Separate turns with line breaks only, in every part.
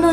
の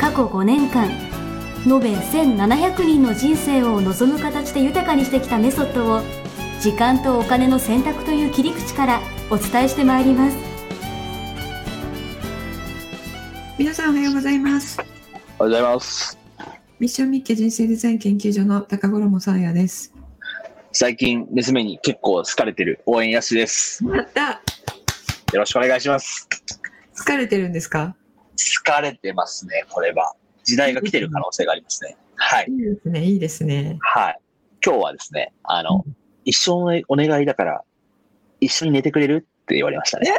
過去5年間延べ1700人の人生を望む形で豊かにしてきたメソッドを時間とお金の選択という切り口からお伝えしてまいります
皆さんおはようございます。
おはようございます。
ミッションミッケ人生デザイン研究所の高頃もさあやです。
最近、娘に結構好かれてる応援やしです。
また
よろしくお願いします。
疲れてるんですか？
好かれてますね、これは。時代が来てる可能性がありますね。はい。
いいですね、いいですね。
はい。今日はですね、あの、一緒のお願いだから、一緒に寝てくれるって言われましたね。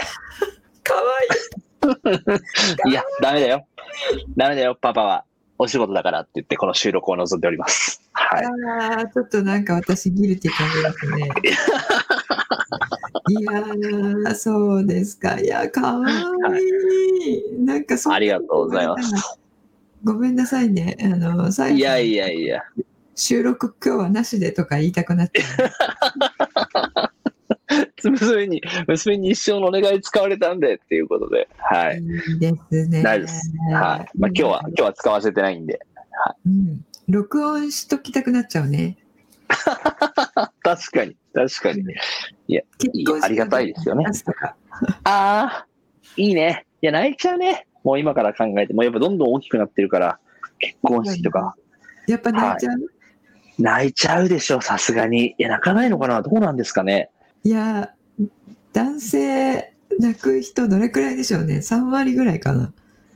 可愛い
いや、ダメだよ。ダメだよ、パパは。お仕事だからって言って、この収録を望んでおります。はい。
ああ、ちょっとなんか私ギルティ感じますね。 いやー、そうですか。いや、可愛いなんかそ
ありがとうございます。
ごめんなさいね。あの、最
いや
後
いやいや。
収録今日はなしでとか言いたくなって。
娘に、娘に一生のお願い使われたんでっていうことで。はい。
いいですね。
ないです。はい。まあ、今日は、今日は使わせてないんで。
うん、録音しときたくなっちゃうね。
確かに、確かに。い
結
やありがたいですよね
話すとか
ああ、いいね。いや、泣いちゃうね。もう今から考えて、もうやっぱどんどん大きくなってるから、結婚式とか、
やっぱ泣いちゃう、
泣いちゃうでしょ、さすがに。いや、泣かないのかなどうなんですかね。
い、や男性泣く人どれくらいでしょうね3割ぐらいかな、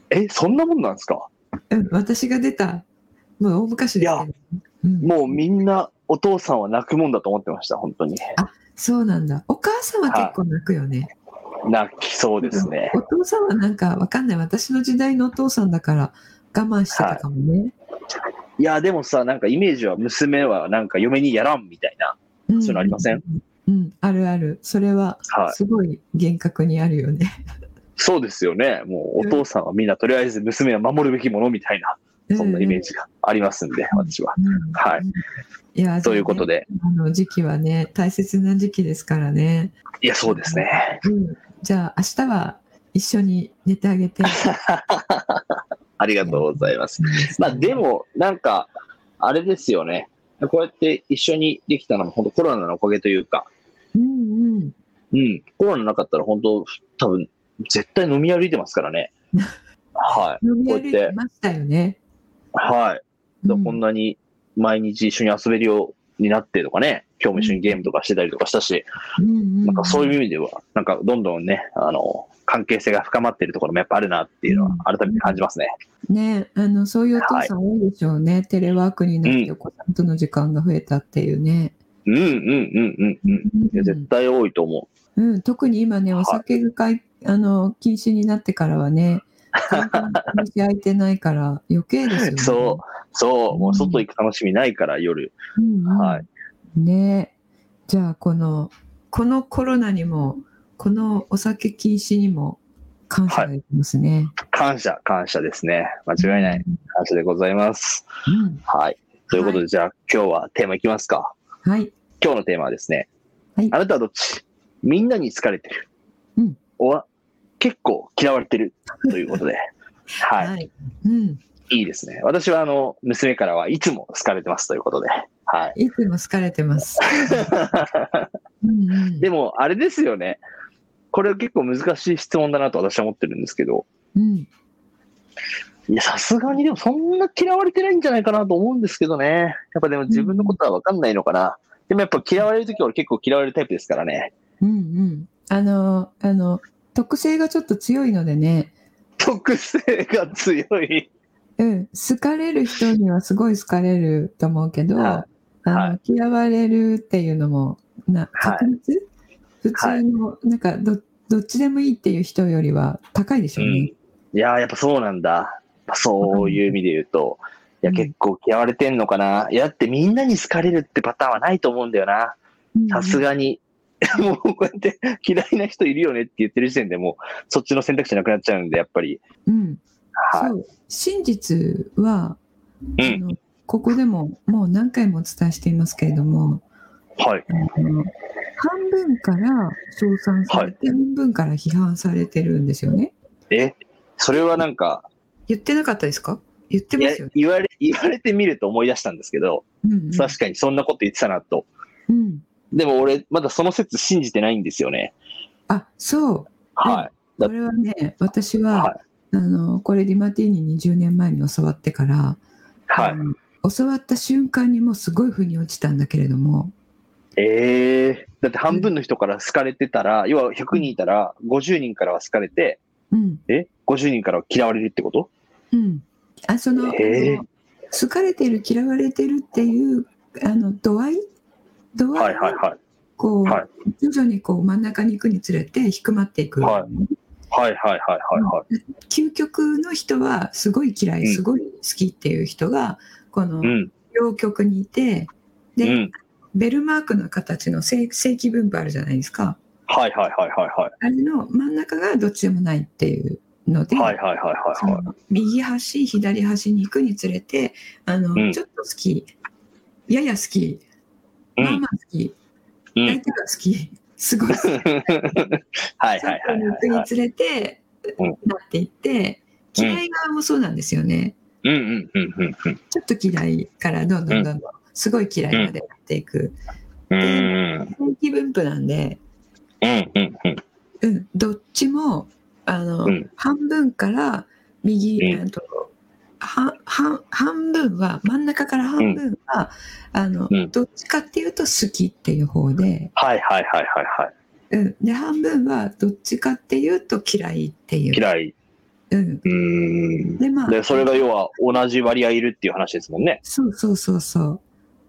え、そんなもんなんですか
うん、私が出たもう大昔ですけど
い
うん
もうみんな、お父さんは泣くもんだと思ってました、本当に。
そうなんだお母さんは結構泣くよね、
泣きそうですね。
お父さんはなんかわかんない私の時代のお父さんだから我慢してたかもね、
いや、でもさ、なんかイメージは娘はなんか嫁にやらんみたいな。
うん
そういうのありません
うん、あるあるそれは
はい。
すごい厳格にあるよね、
そうですよね。もうお父さんはみんなとりあえず娘は守るべきものみたいな、そんなイメージがありますんで、私は。
うん
はい。
いや
ということ
で。
で、
あの時期はね、大切な時期ですからね。
いや、そうで すね。
うん、じゃあ、明日は一緒に寝てあげて。
ありがとうございます。 まあ、でも、なんか、あれですよね。こうやって一緒にできたのも、本当コロナのおかげというか、
うんうん。
うん、コロナなかったら、本当多分、絶対飲み歩いてますからね。はい。
飲み歩いてましたよね。
はい。だ
うん
こんなに毎日一緒に遊べるようになってとかね、今日も一緒にゲームとかしてたりとかしたし、
うん
なんかそういう
う
意味では、なんかどんどんね、あの、関係性が深まっているところもやっぱあるなっていうのは改めて感じますね。
ん。ね、あの、そういうお父さん多いでしょうね。テレワークになっ
う
てお子さんとの時間が増えたっていうね。
うんうんうんうんうん。いや絶対多いと思う。
うん、うん特に今ね、お酒がかいあの禁止になってからはね、 全然口開いてないから余計ですよね。
そう、そう、もう外行く楽しみないから夜。
うんうん
はい
ねじゃあこのこのコロナにもこのお酒禁止にも感謝がいきますね、
感謝、感謝ですね。間違いない。感謝でございます。
うん
はい。ということで、じゃあ今日はテーマいきますか。
はい
今日のテーマはですね、
はい
あなたはどっちみんなに好かれてる、
うん
おわ結構嫌われてるということで、はい、
いうん、
いいですね。私はあの娘からはいつも好かれてますということで、はい
つも好かれてます、うんうん、
い、でもあれですよね、これ結構難しい質問だなと私は思ってるんですけど、
うん、
いや、さすがにでもそんな嫌われてないんじゃないかなと思うんですけどね、やっぱでも自分のことは分かんないのかな。でもやっぱ嫌われるとき俺結構嫌われるタイプですからね。
うんうんあのあの特性がちょっと強いのでね、
特性が強い。
うん、好かれる人にはすごい好かれると思うけど、
は
あの
は
嫌われるっていうのもな
はい
確率、普通の、なんかどどっちでもいいっていう人よりは高いでしょうね。
いやー、やっぱそうなんだ。ぱそういう意味で言うと、いや、
うん
結構嫌われてんのかな。いや、だってみんなに好かれるってパターンはないと思うんだよな。さすがに。 もうこうやって嫌いな人いるよねって言ってる時点でもうそっちの選択肢なくなっちゃうんでやっぱり
うん、
はい
そう真実は、
う
あ
ん
のここでももう何回もお伝えしていますけれども
はい
あの半分から称賛されて、半分から批判されてるんですよね。
えそれはなんか
言ってなかったですか言って
い
ま
や
すよね。
言われ言われてみると思い出したんですけど、
うんうん
確かにそんなこと言ってたなと
うん、
でも俺まだその説信じてないんですよね
あそう
はいだ
これはね私は、
は
あのこれディマティーニに10年前に教わってから、
は
あ
い
の教わった瞬間にもうすごい腑に落ちたんだけれども、
ええだって半分の人から好かれてたら、要は100人いたら50人からは好かれて
うん
え50人からは嫌われるってこと
うん、あその、
へえ
あの好かれてる嫌われてるっていうあの度合い度合
はいいはい
が
はい
こう、
は
徐々にこう真ん中に行くにつれて低まっていく、
はいはいはいはいはいは
究極の人はすごい嫌い
うん
すごい好きっていう人がこの
いうん
両極にいて
う
で、
ん
ベルマークの形の正正規分布あるじゃないですか
はいはいはいはいはい
あれの真ん中がどっちでもないっていうので、
はいはいはいはい
そ
はい。
の右端左端に行くにつれてあの、
うん
ちょっと好きやや好き
う
まあ
ん
まあ好き、
う
相
ん。
手が好きすごい好きちょっ
はいはい
と
はい
行
はい
く
は
に
い。
つれて、
うん
なっていって
うん
嫌い側もそうなんですよね、
うんうんうんうんうん
ちょっと嫌いからどんどんどんどん、すごい嫌いまでやっていく
うんうん
正規分布なんで
うんうんうん
うん、どっちもあの、
うん
半分から右、
うん
えっとはは半分は真ん中から半分は、あの
うん
どっちかっていうと好きっていう方で,、
はいはいはいはいはい。
うん、で半分はどっちかっていうと嫌いっていう。
嫌い。
うん、
うーん。
でまあ
で、それが要は同じ割合いるっていう話ですもんね。
そうそうそうそう。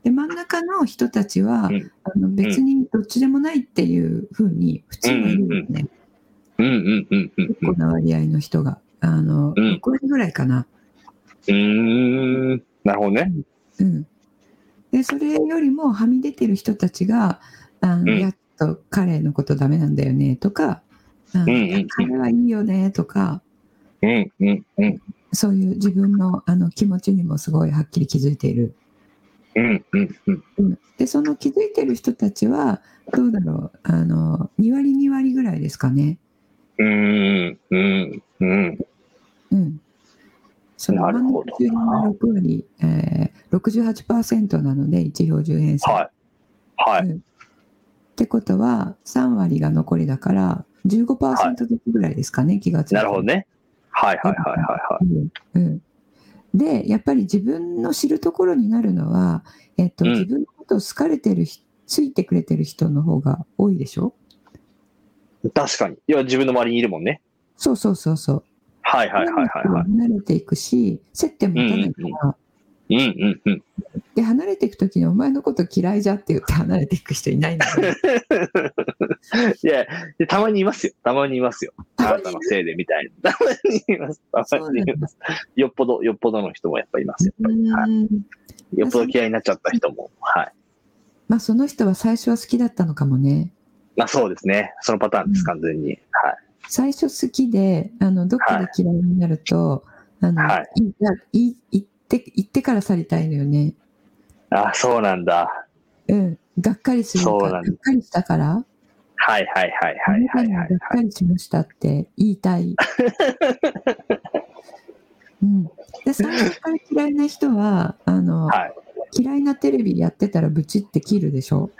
で真ん中の人たちは、
うん
あの別にどっちでもないっていうふうに普通は言うよね、
うんうんうんうんう
この割合の人が。あの
うん
6割ぐらいかな。
ん。うーん。なるほどね。
うん、でそれよりもはみ出てる人たちが「あの
うん
やっと彼のことダメなんだよね」とか「あの
うんうんうん
彼はいいよね」とか
うんうんうん
そういう自分のあの気持ちにもすごいはっきり気づいている。
うんうんうん。
うん、でその気づいてる人たちはどうだろうあの2割2割ぐらいですかね。
うーんうんうん。
うんその
なるほど
真ん中の6割、えー、68%なので1標準偏差。
はい。はい。
ってことは3割が残りだから15%ずつぐらいですかね、気がついて
なるほどね。はいはいはいはいは
うんうんでやっぱり自分の知るところになるのは、えっと
うん
自分のことを好かれてる人ついてくれてる人の方が多いでしょ
い。確かに。要は自分の周りにいるもんね。
そうそうそうそう。
はいはいはいはいは
離れていくし接点持たないから、
い。うんうんうん。
で離れていく時にお前のこと嫌いじゃって言って離れていく人いないんだよ ね
いや、でたまにいますよ。たまにいますよ。あなたのせいでみたいな。たまにいます。たまにいます。よっぽど、よっぽどの人もやっぱいますよ。
うん
よっぽど嫌いになっちゃった人も。はい。
まあその人は最初は好きだったのかもね。
まあそうですね。そのパターンです、完全に。はい。
最初好きであのどっかで嫌いになると、あの、
はい
やい行って行ってから去りたいのよね、
あ、そうなんだ。
うん、がっかりする
そう
か
な
が
ん
っ
です
かりしたから
はいはいはいはいはい
あな
は
たには
い
がっかりしましたって言いた い、うん、で最初から嫌いな人はあの、
はい。はい。
嫌いなテレビやってたらブチって切るでしょ、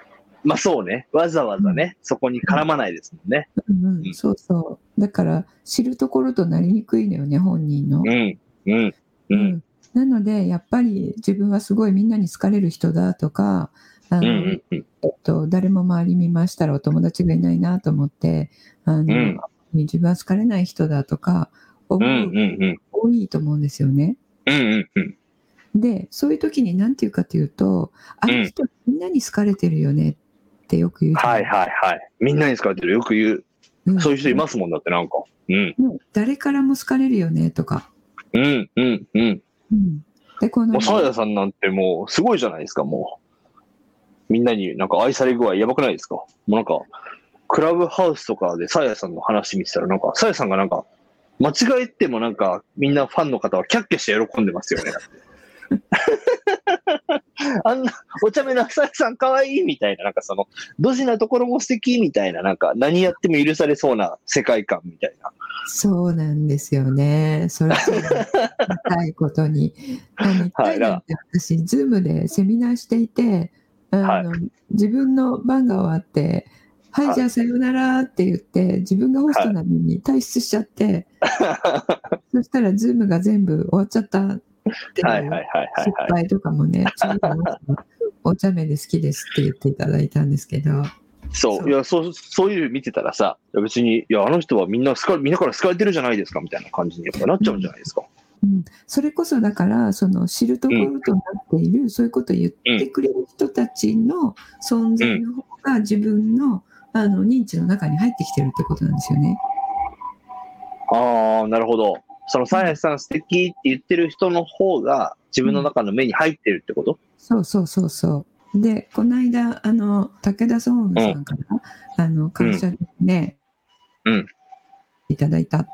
まあそうね。わざわざね、そこに絡まないですもんね。
うん
う
うんん、そうそうだから知るところとなりにくいのよね本人の。
うん。うん。う。
うんん、なのでやっぱり自分はすごいみんなに好かれる人だとかあ
うん。う
の、
ん。うん。
えっと、誰も周り見ましたらお友達がいないなと思ってあの、
うん
自分は好かれない人だとか
う
思
ん。
う
うん。
多いと思うんですよね。
うん。うん。
でそういう時に何て言うかというと「あの人みんなに好かれてるよね」ってよく言うじゃな
はいいはいはい。みんなに使ってる。よく言う。
うん
そういう人いますもんだって、なんか。うん。
もう誰からも好かれるよねとか
うん、うん、うん。
うん、でこ
も
の
う、サーヤさんなんてもう、すごいじゃないですか、もう。みんなになんか愛され具合やばくないですかもうなんか、クラブハウスとかでサーヤさんの話見てたら、なんか、サーヤさんがなんか、間違えてもなんか、みんなファンの方はキャッキャして喜んでますよね。だって あんな、お茶目なサーヤさん可愛いみたいな、なんかその、ドジなところも素敵みたいな、なんか、何やっても許されそうな世界観みたいな。
そうなんですよね。それそうなんです高いこと に。あの一回なんて私、ズームでセミナーしていて、あの
はい
自分の番が終わって、はい、
はい
じゃあさようならって言って、自分がホストなのに退出しちゃ って、そしたらズームが全部終わっちゃったってい
はいはいうはいはい
失
はい。
敗とかも ね、次のホストお茶目で好きですって言っていただいたんですけど、
そ、
そうう
いや、そう、そういうの見てたらさ、いや別に、いや、あの人はみんな好か、みんなから好かれてるじゃないですか、みたいな感じにやっぱなっちゃうんじゃないですか。
うん、それこそだからその知るところとなっている、そういうことを言ってくれる人たちの存在の方が自分のあの認知の中に入ってきてるってことなんですよね。
ああ、なるほど。その、サヤさん素敵って言ってる人の方が、自分の中の目に入ってるってこと、
そうそうそうそう。でこの間あの武田総務さんから、あの感謝でね、
うん
いただいたっ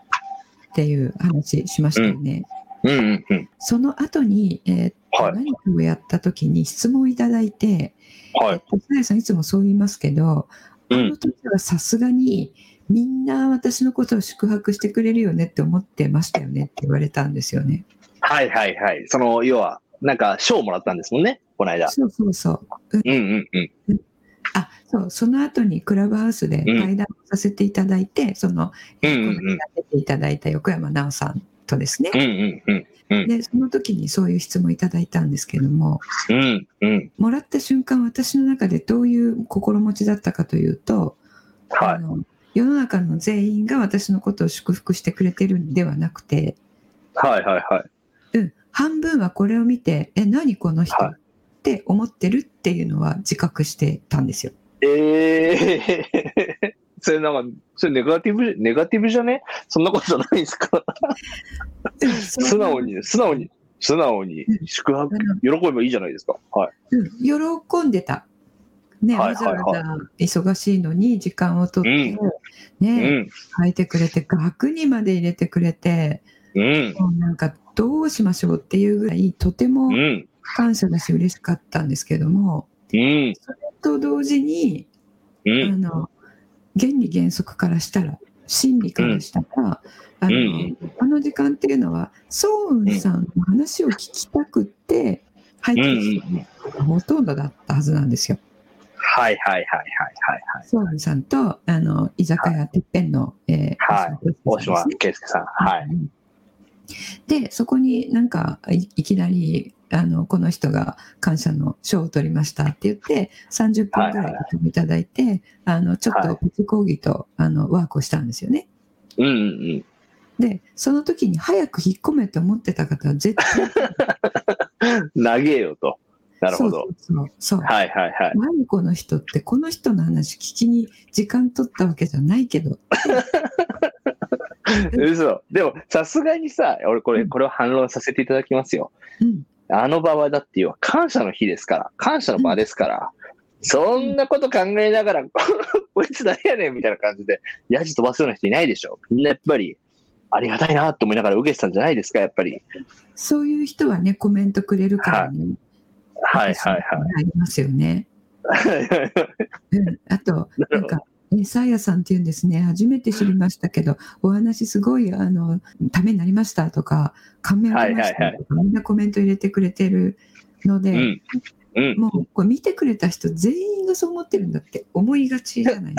ていう話しましたよね。
うん、うんうんうん
その後に、えーっと
はい
何かをやった時に質問をいただいて、
は
えっ
い。
とさやさんいつもそう言いますけど、
うん
あの時はさすがにみんな私のことを宿泊してくれるよねって思ってましたよねって言われたんですよね。
はいはいはい。その、要は、なんか、賞もらったんですもんね、この間。
そうそうそう。
うんうんうん。
あそうその後にクラブハウスで対談をさせていただいて、その、
う
こ
ん
の
うんうん
間出ていただいた横山奈緒さんとですね、
うんうんうん。
でその時にそういう質問をいただいたんですけども
うんうん。
もらった瞬間私の中でどういう心持ちだったかというと、あ
は
の世の中の全員が私のことを祝福してくれてるんではなくて、
い。はいはいはい。
うん、半分はこれを見て「え何この人」
はい
って思ってるっていうのは自覚してたんですよ。
ええー。 それなんか、それネガティブ、ネガティブじゃねそんなことじゃないですか。 素直に、素直に、素直に、宿泊、喜べばいいじゃないですか。はい。
うん喜んでた。ね、
はいはいはい
わざわざ忙しいのに時間を取って、
う
ね、
ん、
書いてくれて額にまで入れてくれて
うん、
もうなんかどうしましょうっていうぐらいとても
うん、
感謝だし嬉しかったんですけども
うん、
と同時に
う
あ
ん、
の原理原則からしたら心理からしたら、あの
うん
あの時間っていうのはソウンさんの話を聞きたくて入っ
うん、う
てき
ん。
たのがほとんどだったはずなんですよ。
はいはいはいはいはいはい。
ソウンさんとあの居酒屋てっぺんの、えー
はい大
大島
島
さんですね
圭介さん。はい。
でそこになんかいいきなりあのこの人が感謝の賞を取りましたって言って30分ぐらい時間いただいて、あのちょっ
は
とプチ講義と、あのワークをしたんですよね。
うん、うん、
でその時に早く引っ込めと思ってた方は絶対
うん。 長えよと。なるほど。
そうそうそうそう、
はいはいはい。
何この人ってこの人の話聞きに時間取ったわけじゃないけど
嘘。でも、さすがにさ、俺こ
う
れ、
ん
これを反論させていただきますよ。
うん
あの場はだってよ、感謝の日ですから、感謝の場ですから、そんなこと考えながら、 こいつ誰やねんみたいな感じで、やじ飛ばすような人いないでしょ。みんなやっぱり、ありがたいなと思いながら受けてたんじゃないですか、やっぱり。
そういう人はねコメントくれるからね、
はいはい
ありますよね、
はい。
うん、あと
な
な
る
ん
ほど
かえサーヤさんっていうんですね初めて知りましたけどお話すごいあのためになりましたとか感銘を受けましたとか、
はいはい
みんなコメント入れてくれてるので、
うん。うん。
もうこれ見てくれた人全員がそう思ってるんだって思いがちじゃない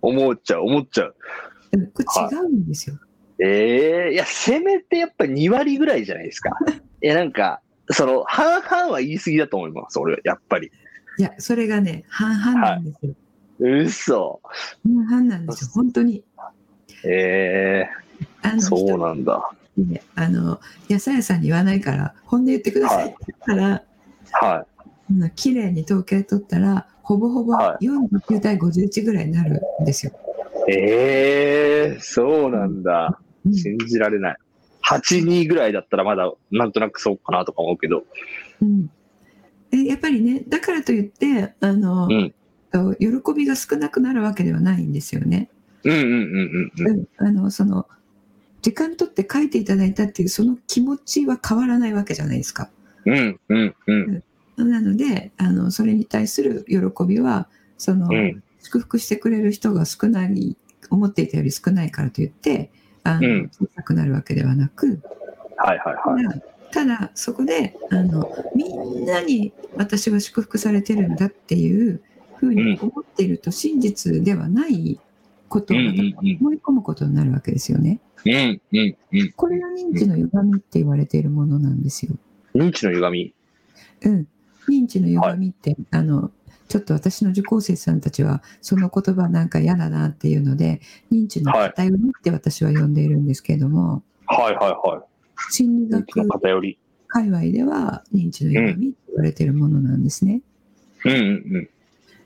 思っちゃう、思っちゃう。
でもこれ違うんですよ。
ええいや、せめてやっぱ2割ぐらいじゃない ですか。いや、なんか、その、半々は言い過ぎだと思います、俺、やっぱり。
い、やそれがね半々なんですよ。
嘘。
半々なんですよ本当に。
ええ
あの
そうなんだ。
一人であの野菜屋さんに言わないから本音言ってくださいって言ったら、
は
あの綺麗に統計取ったらほぼほぼ
は
49対51ぐらいになるんですよ。
い。ええそうなんだ。
うん
信じられない。 8、2ぐらいだったらまだなんとなくそうかなとか思うけど。
うん、でやっぱりねだからといってあの、
うん
と喜びが少なくなるわけではないんですよね。
うんうんうんうんうん。
あのその時間取って書いていただいたっていうその気持ちは変わらないわけじゃないですか。
うんうんうん
なのであのそれに対する喜びはその、
うん
祝福してくれる人が少ない思っていたより少ないからといってあの、
うん
小さくなるわけではなく、
はいはいはい。
ただそこであのみんなに私は祝福されてるんだっていうふうに思っていると真実ではないことを
うん
また
うん
思い込むことになるわけですよね。
うん。うんうんうん。
これが認知の歪みって言われているものなんですよ。
認知の歪み。
うん、認知の歪みって、あのちょっと私の受講生さんたちはその言葉なんか嫌だなっていうので認知の偏りって私は呼んでいるんですけれども、
はいはいは
心理
い。認知の
学
偏り。
界隈では認知の歪みって言われているものなんですね。
うんうん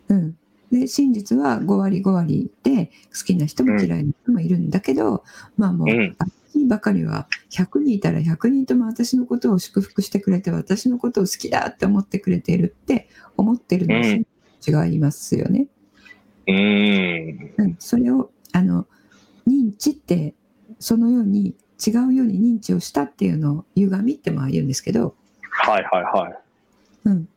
うん、で真実は5割5割で好きな人も嫌いな人もいるんだけど、まあもう、
うん
あっちばかりは100人いたら100人とも私のことを祝福してくれて私のことを好きだって思ってくれているって思ってるの
うん
に違いますよね。
うん。うん。
うん、それをあの認知ってそのように違うように認知をしたっていうのを歪みってまあ言うんですけど、
はいはいはい。
うん、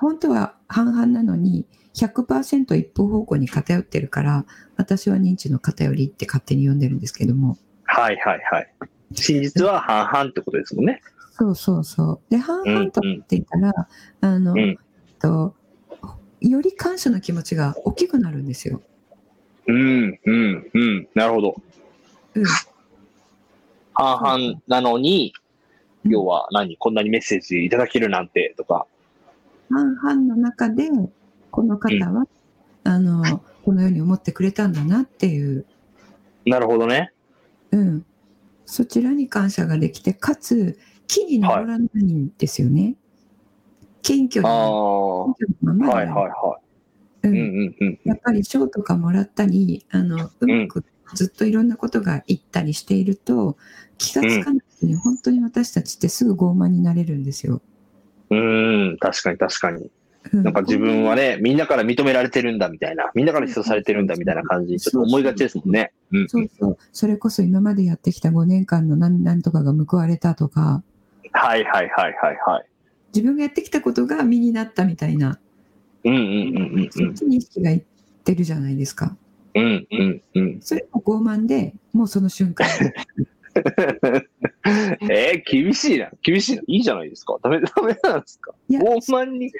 本当は半々なのに100%一方方向に偏ってるから私は認知の偏りって勝手に呼んでるんですけども
はいはいはい。真実は半々ってことですもんね。
そうそうそうで半々と思っていたら、あの、
うん
えっとより感謝の気持ちが大きくなるんですよ。
うんうんうん。なるほど。
うん
半々なのに、
うん
要は何こんなにメッセージいただけるなんてとか。
半々の中でこの方は、あのこのように思ってくれたんだなっていう
なるほどね。
うん、そちらに感謝ができてかつ木に登らないんですよね、謙虚
あ
に
あ。は
謙虚のまま
いはい
で
は
う
い。うん
ん
うんうん。
やっぱり賞とかもらったりあのうまくずっといろんなことがいったりしていると気がつかなくて、本当に私たちってすぐ傲慢になれるんですよ。
うん、確かに確かに。
う
なんか自分はね、みんなから認められてるんだみたいな、みんなから必要されてるんだみたいな感じにちょっと思いがちですもんね。うん。
そうそうそれこそ今までやってきた5年間の何何とかが報われたとか
はいはいはいはいはい。
自分がやってきたことが身になったみたいな
うんうんうんう
そっ
ん
ちに意識がいってるじゃないですか。
うん。うんうん うん。
それも傲慢で、もうその瞬 間。
えー、厳しいな。厳しいな。いいじゃないですか。ダメ、ダメなんですか。
いや、
傲慢に。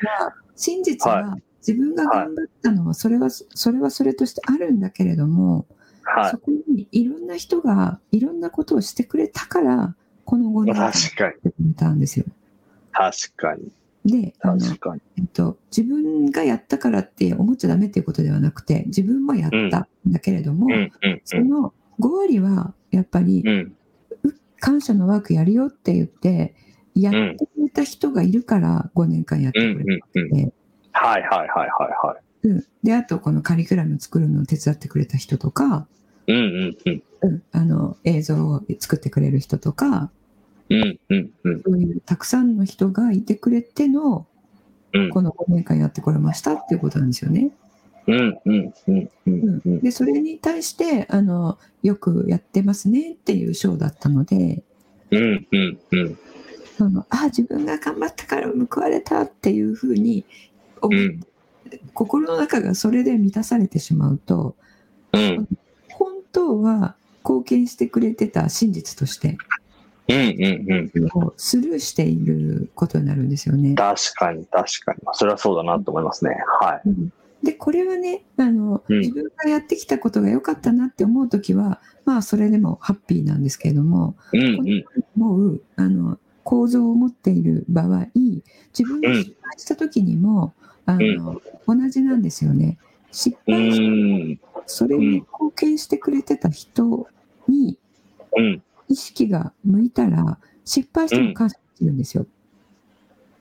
真実は自分が頑張ったのは、それは、それはそれとしてあるんだけれども、
は
そこにいろんな人がいろんなことをしてくれたから、この5
い。
年間
確かに。
やってくれたんですよ。
確かに。
で、あの、
確かに。
えっと、自分がやったからって思っちゃダメっていうことではなくて、自分もやったんだけれども、
うんうん
その5割はやっぱり
うん。うん。
感謝のワークやるよって言って、やってくれた人がいるから5年間やって
う
く
ん
れた。
うんうん。はいはいはいはいは
うん、であとこのカリキュラム作るのを手伝ってくれた人とか、
い。うんうん
うん、あの映像を作ってくれる人とか
うん。うんうんうん。
そういうたくさんの人がいてくれての
うん
この5年間やってこれましたっていうことなんですよね。
うんうんうんうんうん。
でそれに対してあのよくやってますねっていう賞だったので
うんうんうん。
そのあ自分が頑張ったから報われたっていうふうに思う
うん
心の中がそれで満たされてしまうと
うん。
本当は貢献してくれてた真実として
うんうんうん。
をスルーしていることになるんですよね。
確かに、確かに。まあそれはそうだなと思いますね。は
うんでこれはねあの、
うん
自分がやってきたことが良かったなって思う時はまあそれでもハッピーなんですけれども
い。うんうん。
もうあの構造を持っている場合自分が失敗した時にも、あの同じなんですよね。失
う
敗し
ん。
それに貢献してくれてた人に
うん。
意識が向いたら失敗しても感謝するんですよ。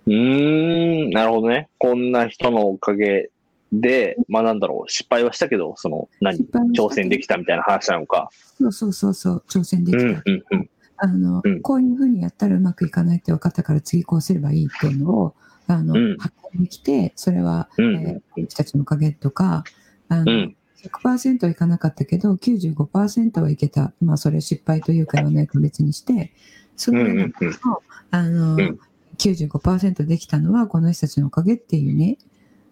うーん。なるほどね。こんな人のおかげで、まあなんだろう、失敗はしたけど、その、何
失敗はしたけ
挑
ど
戦できたみたいな話なのか。
そうそうそうそう挑戦で
う
きた。
んうんうん。
あの、
うん
こういうふうにやったらうまくいかないって分かったから次こうすればいいっていうのを、あの、
うん
発見できて、それは、
う
え
ん。
ー、人たちのおかげとか、あの、
うん
100%はいかなかったけど、95%はいけた。まあ、それ失敗というか言わないか別にして、そ
うん。
の
う
中
ん。うん。
あの、
うん
95%できたのはこの人たちのおかげっていうね、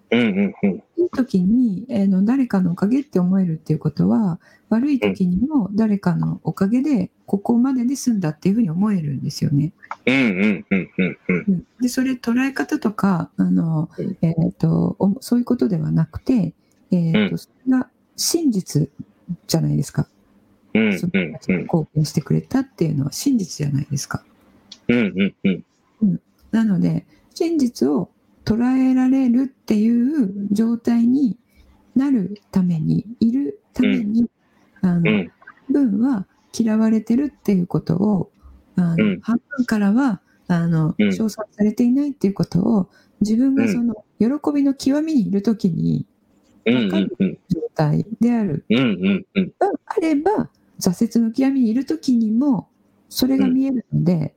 うん。うん。
いい時に、えーの誰かのおかげって思えるっていうことは、悪い時にも誰かのおかげで、ここまでで済んだっていうふうに思えるんですよね。
うん。うん。うん。うん。
うんで、それ捉え方とか、あの
うん、
えーと、おそういうことではなくて、えー
う
と、それが真実じゃないですか。
うん。
その
うん。
人が貢献してくれたっていうのは真実じゃないですか。
うん。うん。
なので真実を捉えられるっていう状態になるためにいるために、あ
う
の
ん。
分は嫌われてるっていうことをあの、
うん
半分からはあの、
うん
称賛されていないっていうことを自分がその喜びの極みにいる時に
うん。うん。
状態である
うん。うん。
があれば挫折の極みにいる時にもそれが見えるので、
うん。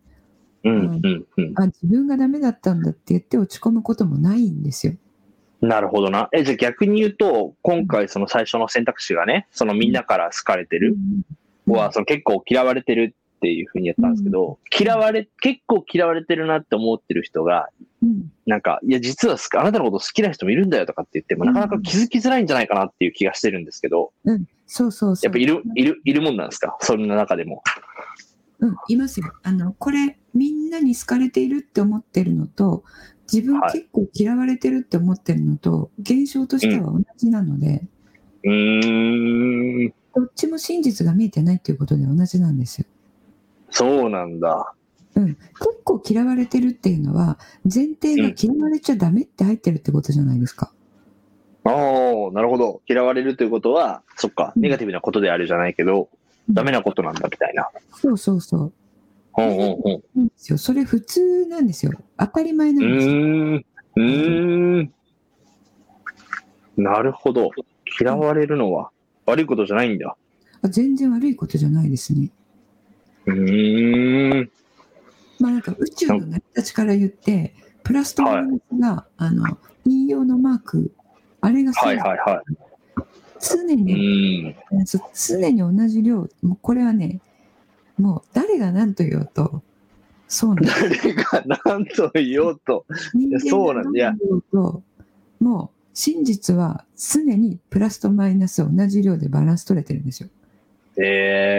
うん。
あ自分がダメだったんだって言って落ち込むこともないんですよ。
なるほどな。え、じゃあ逆に言うと、今回その最初の選択肢がね、そのみんなから好かれてる、は、その結構嫌われてるっていうふうにやったんですけど、嫌われ、結構嫌われてるなって思ってる人が、
うん
なんか、いや、実はすあなたのこと好きな人もいるんだよとかって言っても、なかなか気づきづらいんじゃないかなっていう気がしてるんですけど、
うん、そうそうそう。
やっぱいる、いる、いるもんなんですかそんな中でも。
うん、いますよ。あの、これ、みんなに好かれているって思ってるのと、自分
はい
結構嫌われてるって思ってるのと、現象としては同じなので、
うーん、
どっちも真実が見えてないっていうことで同じなんですよ。
そうなんだ。
結構嫌われてるっていうのは、前提が嫌われちゃダメって入ってるってことじゃないですか。
ああ、なるほど。嫌われるということは、そっか、
うん
ネガティブなことであるじゃないけど、
うん
ダメなことなんだみたいな。
そうそうそう。
うんうんうん。
なんですよ。それ普通なんですよ。当たり前な
うん
ですよ。
ーん。うーん。なるほど。嫌われるのは悪いことじゃないんだ。
あ全然悪いことじゃないですね。
うーん。
まあなんか宇宙の成り立ちから言って、プラスとマイナスが、あの、引用のマーク、あれがそう
はいはいは
常
い。う
に、
ーん。
常に同じ量、もうこれはね、もう誰が何と言おうと、そう なんです。
誰が何と言おうと。
人
やそうなんだいや
何と言おうと、もう真実は常にプラスとマイナス同じ量でバランス取れてるんですよ。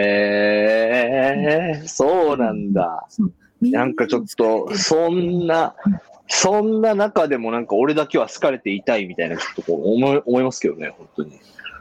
ええー、そうなんだ。
み
なんかちょっと、そんな、そんな中でもなんか俺だけは好かれていたいみたいな、ちょっとこう思い思いますけどね、本当に。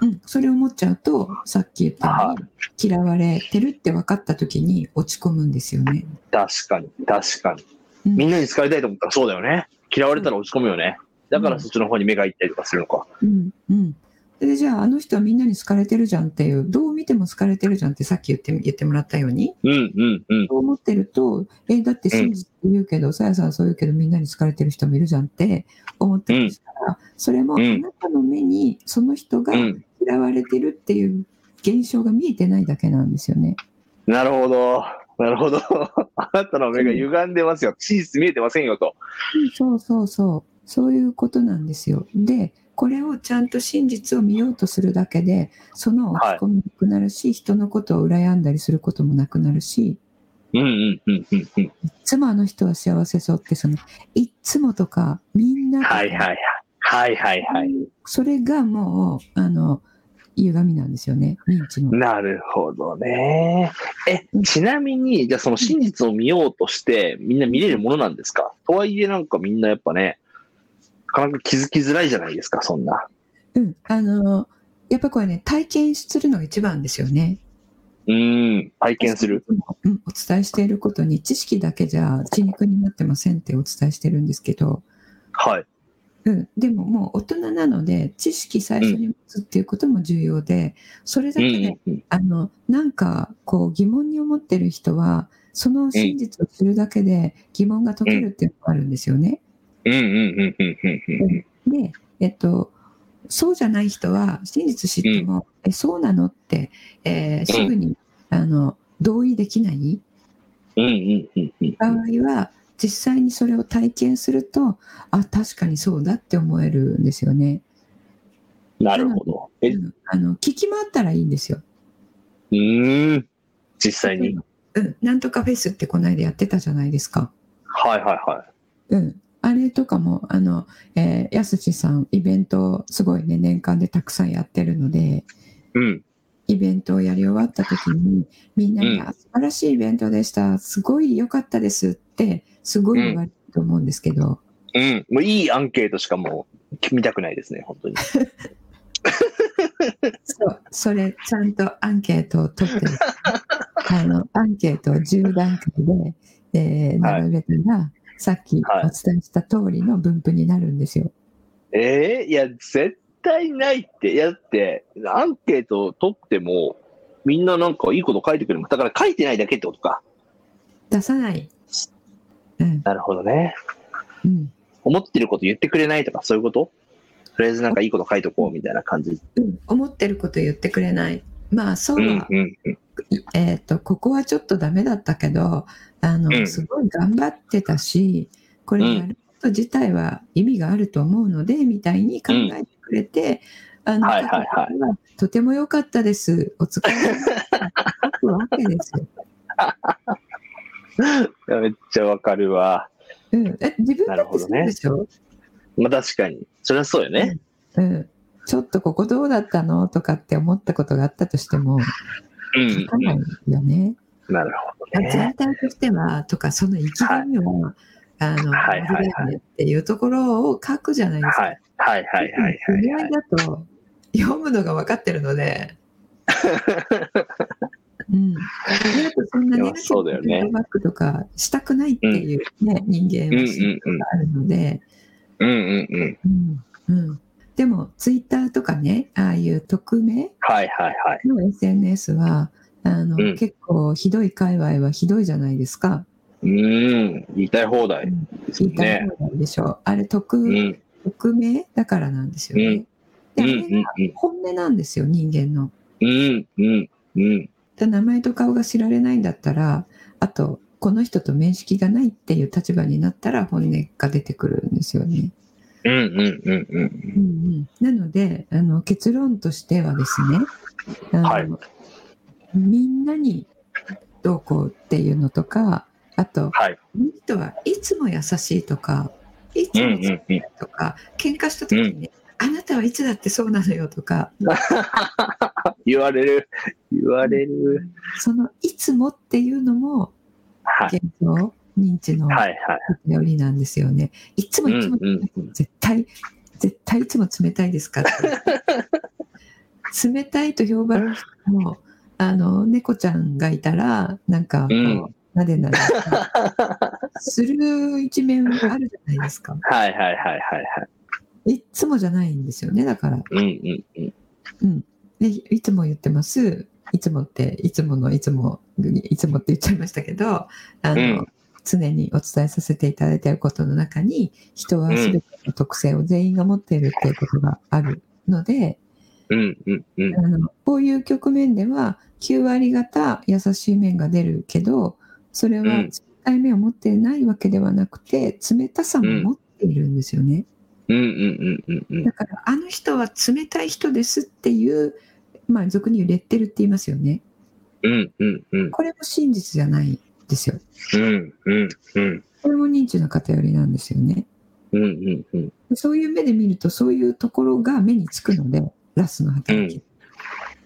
うん、それを持っちゃうと、さっき言ったように嫌われてるって分かった時に落ち込むんですよね。
確かに、確かに。
うん
みんなに好かれたいと思ったらそうだよね。嫌われたら落ち込むよね。だか
う
ら
ん
そっちの方に目が行ったりとかするのか。
うんうん、でじゃああの人はみんなに好かれてるじゃんっていうどう見ても好かれてるじゃんってさっき言って言ってもらったように
うん、うん、うん。
そう思ってるとえだって真実言うけどさやさんはそう言うけどみんなに好かれてる人もいるじゃんって思ったりしたら、それも
う
あ
ん
なたの目にその人が
うん。
嫌われてるっていう現象が見えてないだけなんですよね。
なるほど。なるほど。あなたの目が歪んでますよ。真実見えてませんよと。
そうそうそうそういうことなんですよ。でこれをちゃんと真実を見ようとするだけでその落ち込みなくなるし、人のことを羨んだりすることもなくなるし、
うん、うん、うん、うん、うん。
いつもあの人は幸せそうってそのいっつもとかみんなとか
はい、はい、はい。はい、はい、はい。
それがもうあの歪みなんですよね認知の。
なるほどね。え、ちなみに、じゃあその真実を見ようとして、みんな見れるものなんですかとはいえなんかみんなやっぱね、なかなか気づきづらいじゃないですか、そんな。
うん、あのやっぱこれね体験するのが一番ですよね。
うーん、体験する。
うん、お伝えしていることに知識だけじゃ血肉になってませんってお伝えしてるんですけど、
はい。
うん、でももう大人なので知識最初に持つっていうことも重要でそれだ
う
けで、
ん、うん、
あのなんかこう疑問に思ってる人はその真実を知るだけで疑問が解けるっていうのがあるんですよね。
うん、うん、うん、うん、うん
で、えっと、そうじゃない人は真実知っても、えそうなのって、えーすぐにあの同意できない
うんうんうんうん。
場合は実際にそれを体験するとあ確かにそうだって思えるんですよね。
なるほど。え、
う
うん
あの聞き回ったらいいんですよ。
ーん。実際に。
うん、なんとかフェスってこの間やってたじゃないですか。
はいはいは
うん、あれとかもあの、えーやすしさんイベントすごいね年間でたくさんやってるので
い。うん。
イベントをやり終わった時にみんな
うん
に「あ素晴らしいイベントでしたすごい良かったです」ってすごい言われると思うんですけど、
うん。もういいアンケートしかもう見たくないですね、本当に。
そうそれちゃんとアンケートを取って あのアンケートを10段階で、えー
はい
並べたら、さっきお
はい
伝えした通りの分布になるんですよ。
ええいや、絶対ないって。いや、だって、アンケートを取っても、みんななんかいいこと書いてくれます。だから書いてないだけってことか。
出さない、うん
なるほどね。
うん
思ってること言ってくれないとか、そういうこととりあえずなんかいいこと書いとこうみたいな感じ。
うん、思ってること言ってくれない。まあそううは、
んうんうん。
えー、とここはちょっとダメだったけどあの、
うん
すごい頑張ってたしこれやること自体は意味があると思うので、みたいに考えてくれて、あの
はいはいはい
これはとても良かったですお疲れ様でした書くわけですよ、
いやめっちゃわかるわ。
うん、え自分
な
だ
る
って
ほ
そ
ど
うで
ね
しょ、
まあ確かに。それはそうよね。
うん、ちょっとここどうだったのとかって思ったことがあったとしても
うん
書か
うん
ないよね。
なるほど
全
ね。
体としてはとかその意気込みを、あの、
はい
あれだよねっていうところを書くじゃないですか。
はい。はいはいはい
意味
は
合
いはい
い。だと読むのが分かってるので、うん、であとそんなネガティ
そう
ブ
だよ
な
ね
フィードバックとかしたくないっていう、ね人間は
うんうんうん。
あるので、
うんうんうん。
うんうん、でもツイッターとかねああいう匿名
はいはいはい。
の SNS はあの、
うん
結構ひどい界隈はひどいじゃないですか。
うん。言いたい放題です
聞
も
い
ん
た
ね。
方なんでしょう、あれ匿
う
名
ん。
匿名だからなんですよね。
う
で
ん
あ
う
れ
ん
が
うん。
本音なんですよ人間の。
うんうんうん。
で名前と顔が知られないんだったらあとこの人と面識がないっていう立場になったら本音が出てくるんですよね。
うんうんうんうん。
なのであの結論としてはですねあの、
はい
みんなにどうこうっていうのとかあと
はい。
この人はいつも優しいとかいつ
うん
も
うんうん。
とか喧嘩した時にね、あなたはいつだってそうなのよとか
言われる。言われる。
そのいつもっていうのも
はい。
現状認知の
はいはい。
よりなんですよね。いつもいつも
うんうん
絶対絶対いつも冷たいです から。冷たいと評判の人もあの猫ちゃんがいたらなんかこう、
うん
なでなでする一面あるじゃないですか。
はいはいはいはいはい。
いつもじゃないんですよねだから。
うんうんうん。
でいつも言ってますいつもっていつものいつもいつもって言っちゃいましたけどあの、
うん
常にお伝えさせていただいていることの中に人は全ての特性を全員が持っているっていうことがあるので、
うんうんうん。
あのこういう局面では9割方優しい面が出るけどそれは
うん
冷たい面を持ってないわけではなくて冷たさも持っているんですよね。
うんうんうんうんうん
だ。からあの人は冷たい人ですっていう、まあ、俗に言うレッテルって言いますよね。
うんうんうん。
これも真実じゃないですよ。
うんうんうん。
これも認知の偏りなんですよね。
うんうんうん。
そういう目で見ると、そういうところが目につくので、ラスの働き。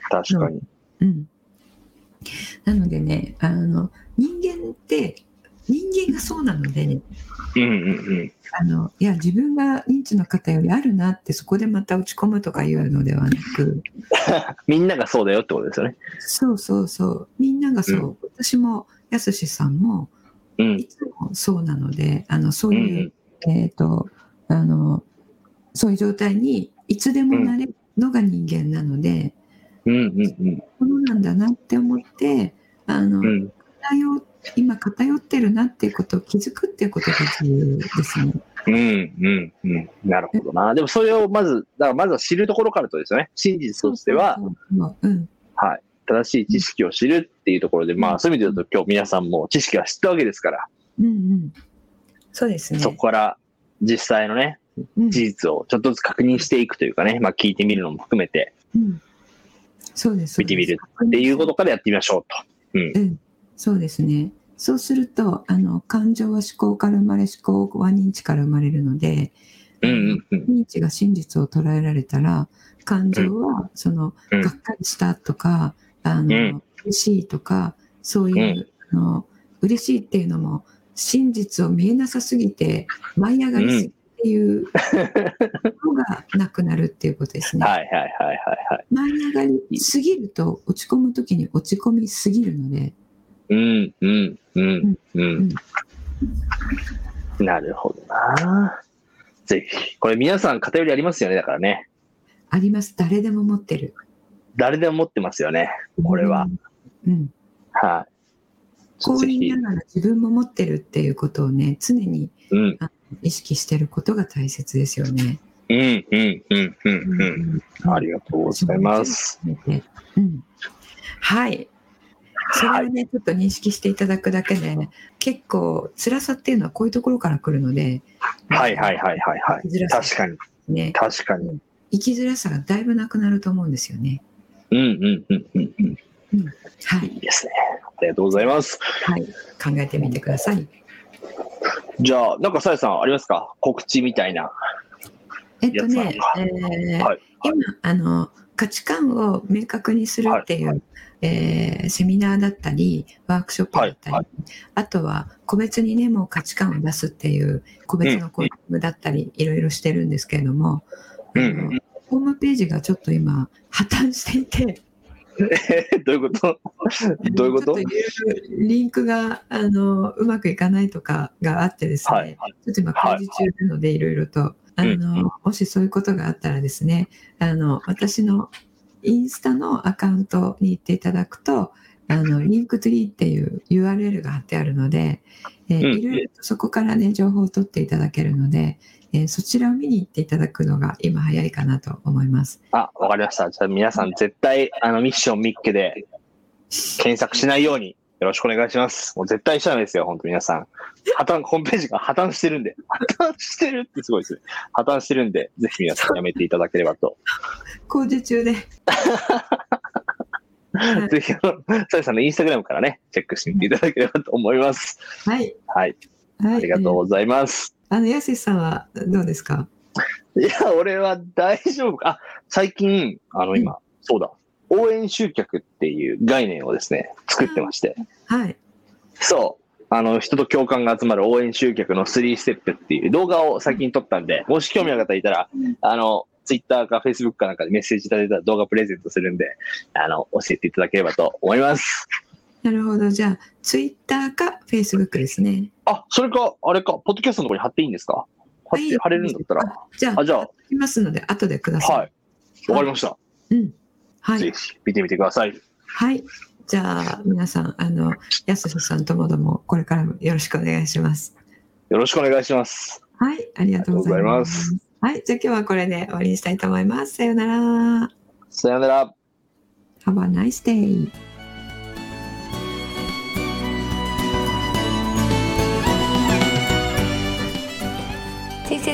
確かに。
うん。なのでね、あの、人間って、人間がそうなので、
うんうん
あの、いや、自分が認知の偏りあるなって、そこでまた落ち込むとかいうのではなく、
うん。みんながそうだよってことですよね。
そうそうそう、みんながそう、私も、やすしさんも、
うん
いつもそうなので、あの、そう
う
いう、
ん
えー、とあのそういう状態にいつでもなれるのが人間なので、
うんうんうん
ものなんだなって思ってあの、
うん。
偏今偏ってるなっていうことを気づくっていうことが重要ですね。
うんうんうん。なるほどな。でもそれをまず、だからまずは知るところからとですよね。真実としては、
そうそうそううん
はい。正しい知識を知るっていうところで、まあそういう意味で言うと今日皆さんも知識は知ったわけですから、
うんうん。そうですね。
そこから実際のね、
うん
事実をちょっとずつ確認していくというかね、まあ聞いてみるのも含めて
うんそうです。そうです
見てみるっていうことからやってみましょうと。うん。
うん、そうですね。そうすると、あの、感情は思考から生まれ、思考は認知から生まれるので、
うんうんうん。
認知が真実を捉えられたら、感情は、その、
うん
がっかりしたとか、あの、
うん
嬉しいとか、そういう、あの、嬉しいっていうのも、真実を見えなさすぎて、舞い上がりすぎっていうのがなくなるっていうことですね。
はいはいはいはいはい。
舞い上がりすぎると、落ち込むときに落ち込みすぎるので、
うんうんうんう
うん
ん。なるほどな。ぜひ。これ皆さん偏りありますよね、だからね。
あります。誰でも持ってる。
誰でも持ってますよね、これは。
うん。うん。
はい。
こう
ぜ
言い
ひ。
ながら自分も持ってるっていうことをね、常に
うん
意識してることが大切ですよね。
うんうんうんうんうん。ありがとうございます。
うん。うんはい。それをね、ちょっと認識していただくだけで、結構辛さっていうのはこういうところから来るので、
はいはいはいはいはい。
生きづらさ
確かに、
ね、
確かに。
生きづらさがだいぶなくなると思うんですよね。
うんうんうんうんうん。
はいい、
いですね。ありがとうございます。
はい、考えてみてください。
じゃあ、なんかさやさんありますか告知みたいな。
えっとね
や、つ
えー
はい
今あの価値観を明確にするっていう、
は
えーセミナーだったりワークショップだったり、
はい
あとは個別にねもう価値観を出すっていう個別のコーチングだったり、いろいろしてるんですけれども、
うん
あのホームページがちょっと今破綻していて
どういうこと どういうこと
あのちょっといろいろリンクがあのうまくいかないとかがあってですね、
はい。
ちょっと今工事中なので、いろいろと、あ
うん
の、もしそういうことがあったらですね、あの、私のインスタのアカウントに行っていただくと、あの、リンクトリーっていう URL が貼ってあるので、えー
うん
いろいろとそこからね、情報を取っていただけるので、えーそちらを見に行っていただくのが今早いかなと思います。
あ、わかりました。じゃあ皆さん絶対、あの、ミッションミッケで検索しないようによろしくお願いします。もう絶対しちゃダメですよ、本当皆さん。破綻、ホームページが破綻してるんで。破綻してるってすごいですね。破綻してるんで、ぜひ皆さんやめていただければと。
工事中 で。はい
ぜひ、あのさやさんのインスタグラムからね、チェックしてみていただければと思います。
はい。
はい。
はい、
ありがとう
う。
ございます。
あの、やすしさんはどうですか
いや、俺は大丈夫か。あ、最近、あの今、そうだ、応援集客っていう概念をですね、作ってまして、
はい。
そう、あの、人と共感が集まる応援集客の3ステップっていう動画を最近撮ったんで、もし興味ある方いたら
うん、
あの、ツイッターかフェイスブックかなんかでメッセージいただいたら動画プレゼントするんで、あの、教えていただければと思います。
なるほど。じゃあ、ツイッターかフェイスブックですね。
あ、それか、あれか、ポッドキャストのところに貼っていいんですか貼って、貼れるんだったら。
あ。じゃあ、
あ、じゃあ、
いますので、後でください。
はい。わかりました。
うん。は
ぜ
い。
ひ見てみてください。
はい。じゃあ、皆さん、あの、やすしさんともども、これからもよろしくお願いします。
よろしくお願いします。
はい。ありがとうございま
ありがと
す。はい。じゃあ、今日はこれで終わりにしたいと思います。さようなら。
さよなら。
Have a nice day.
新生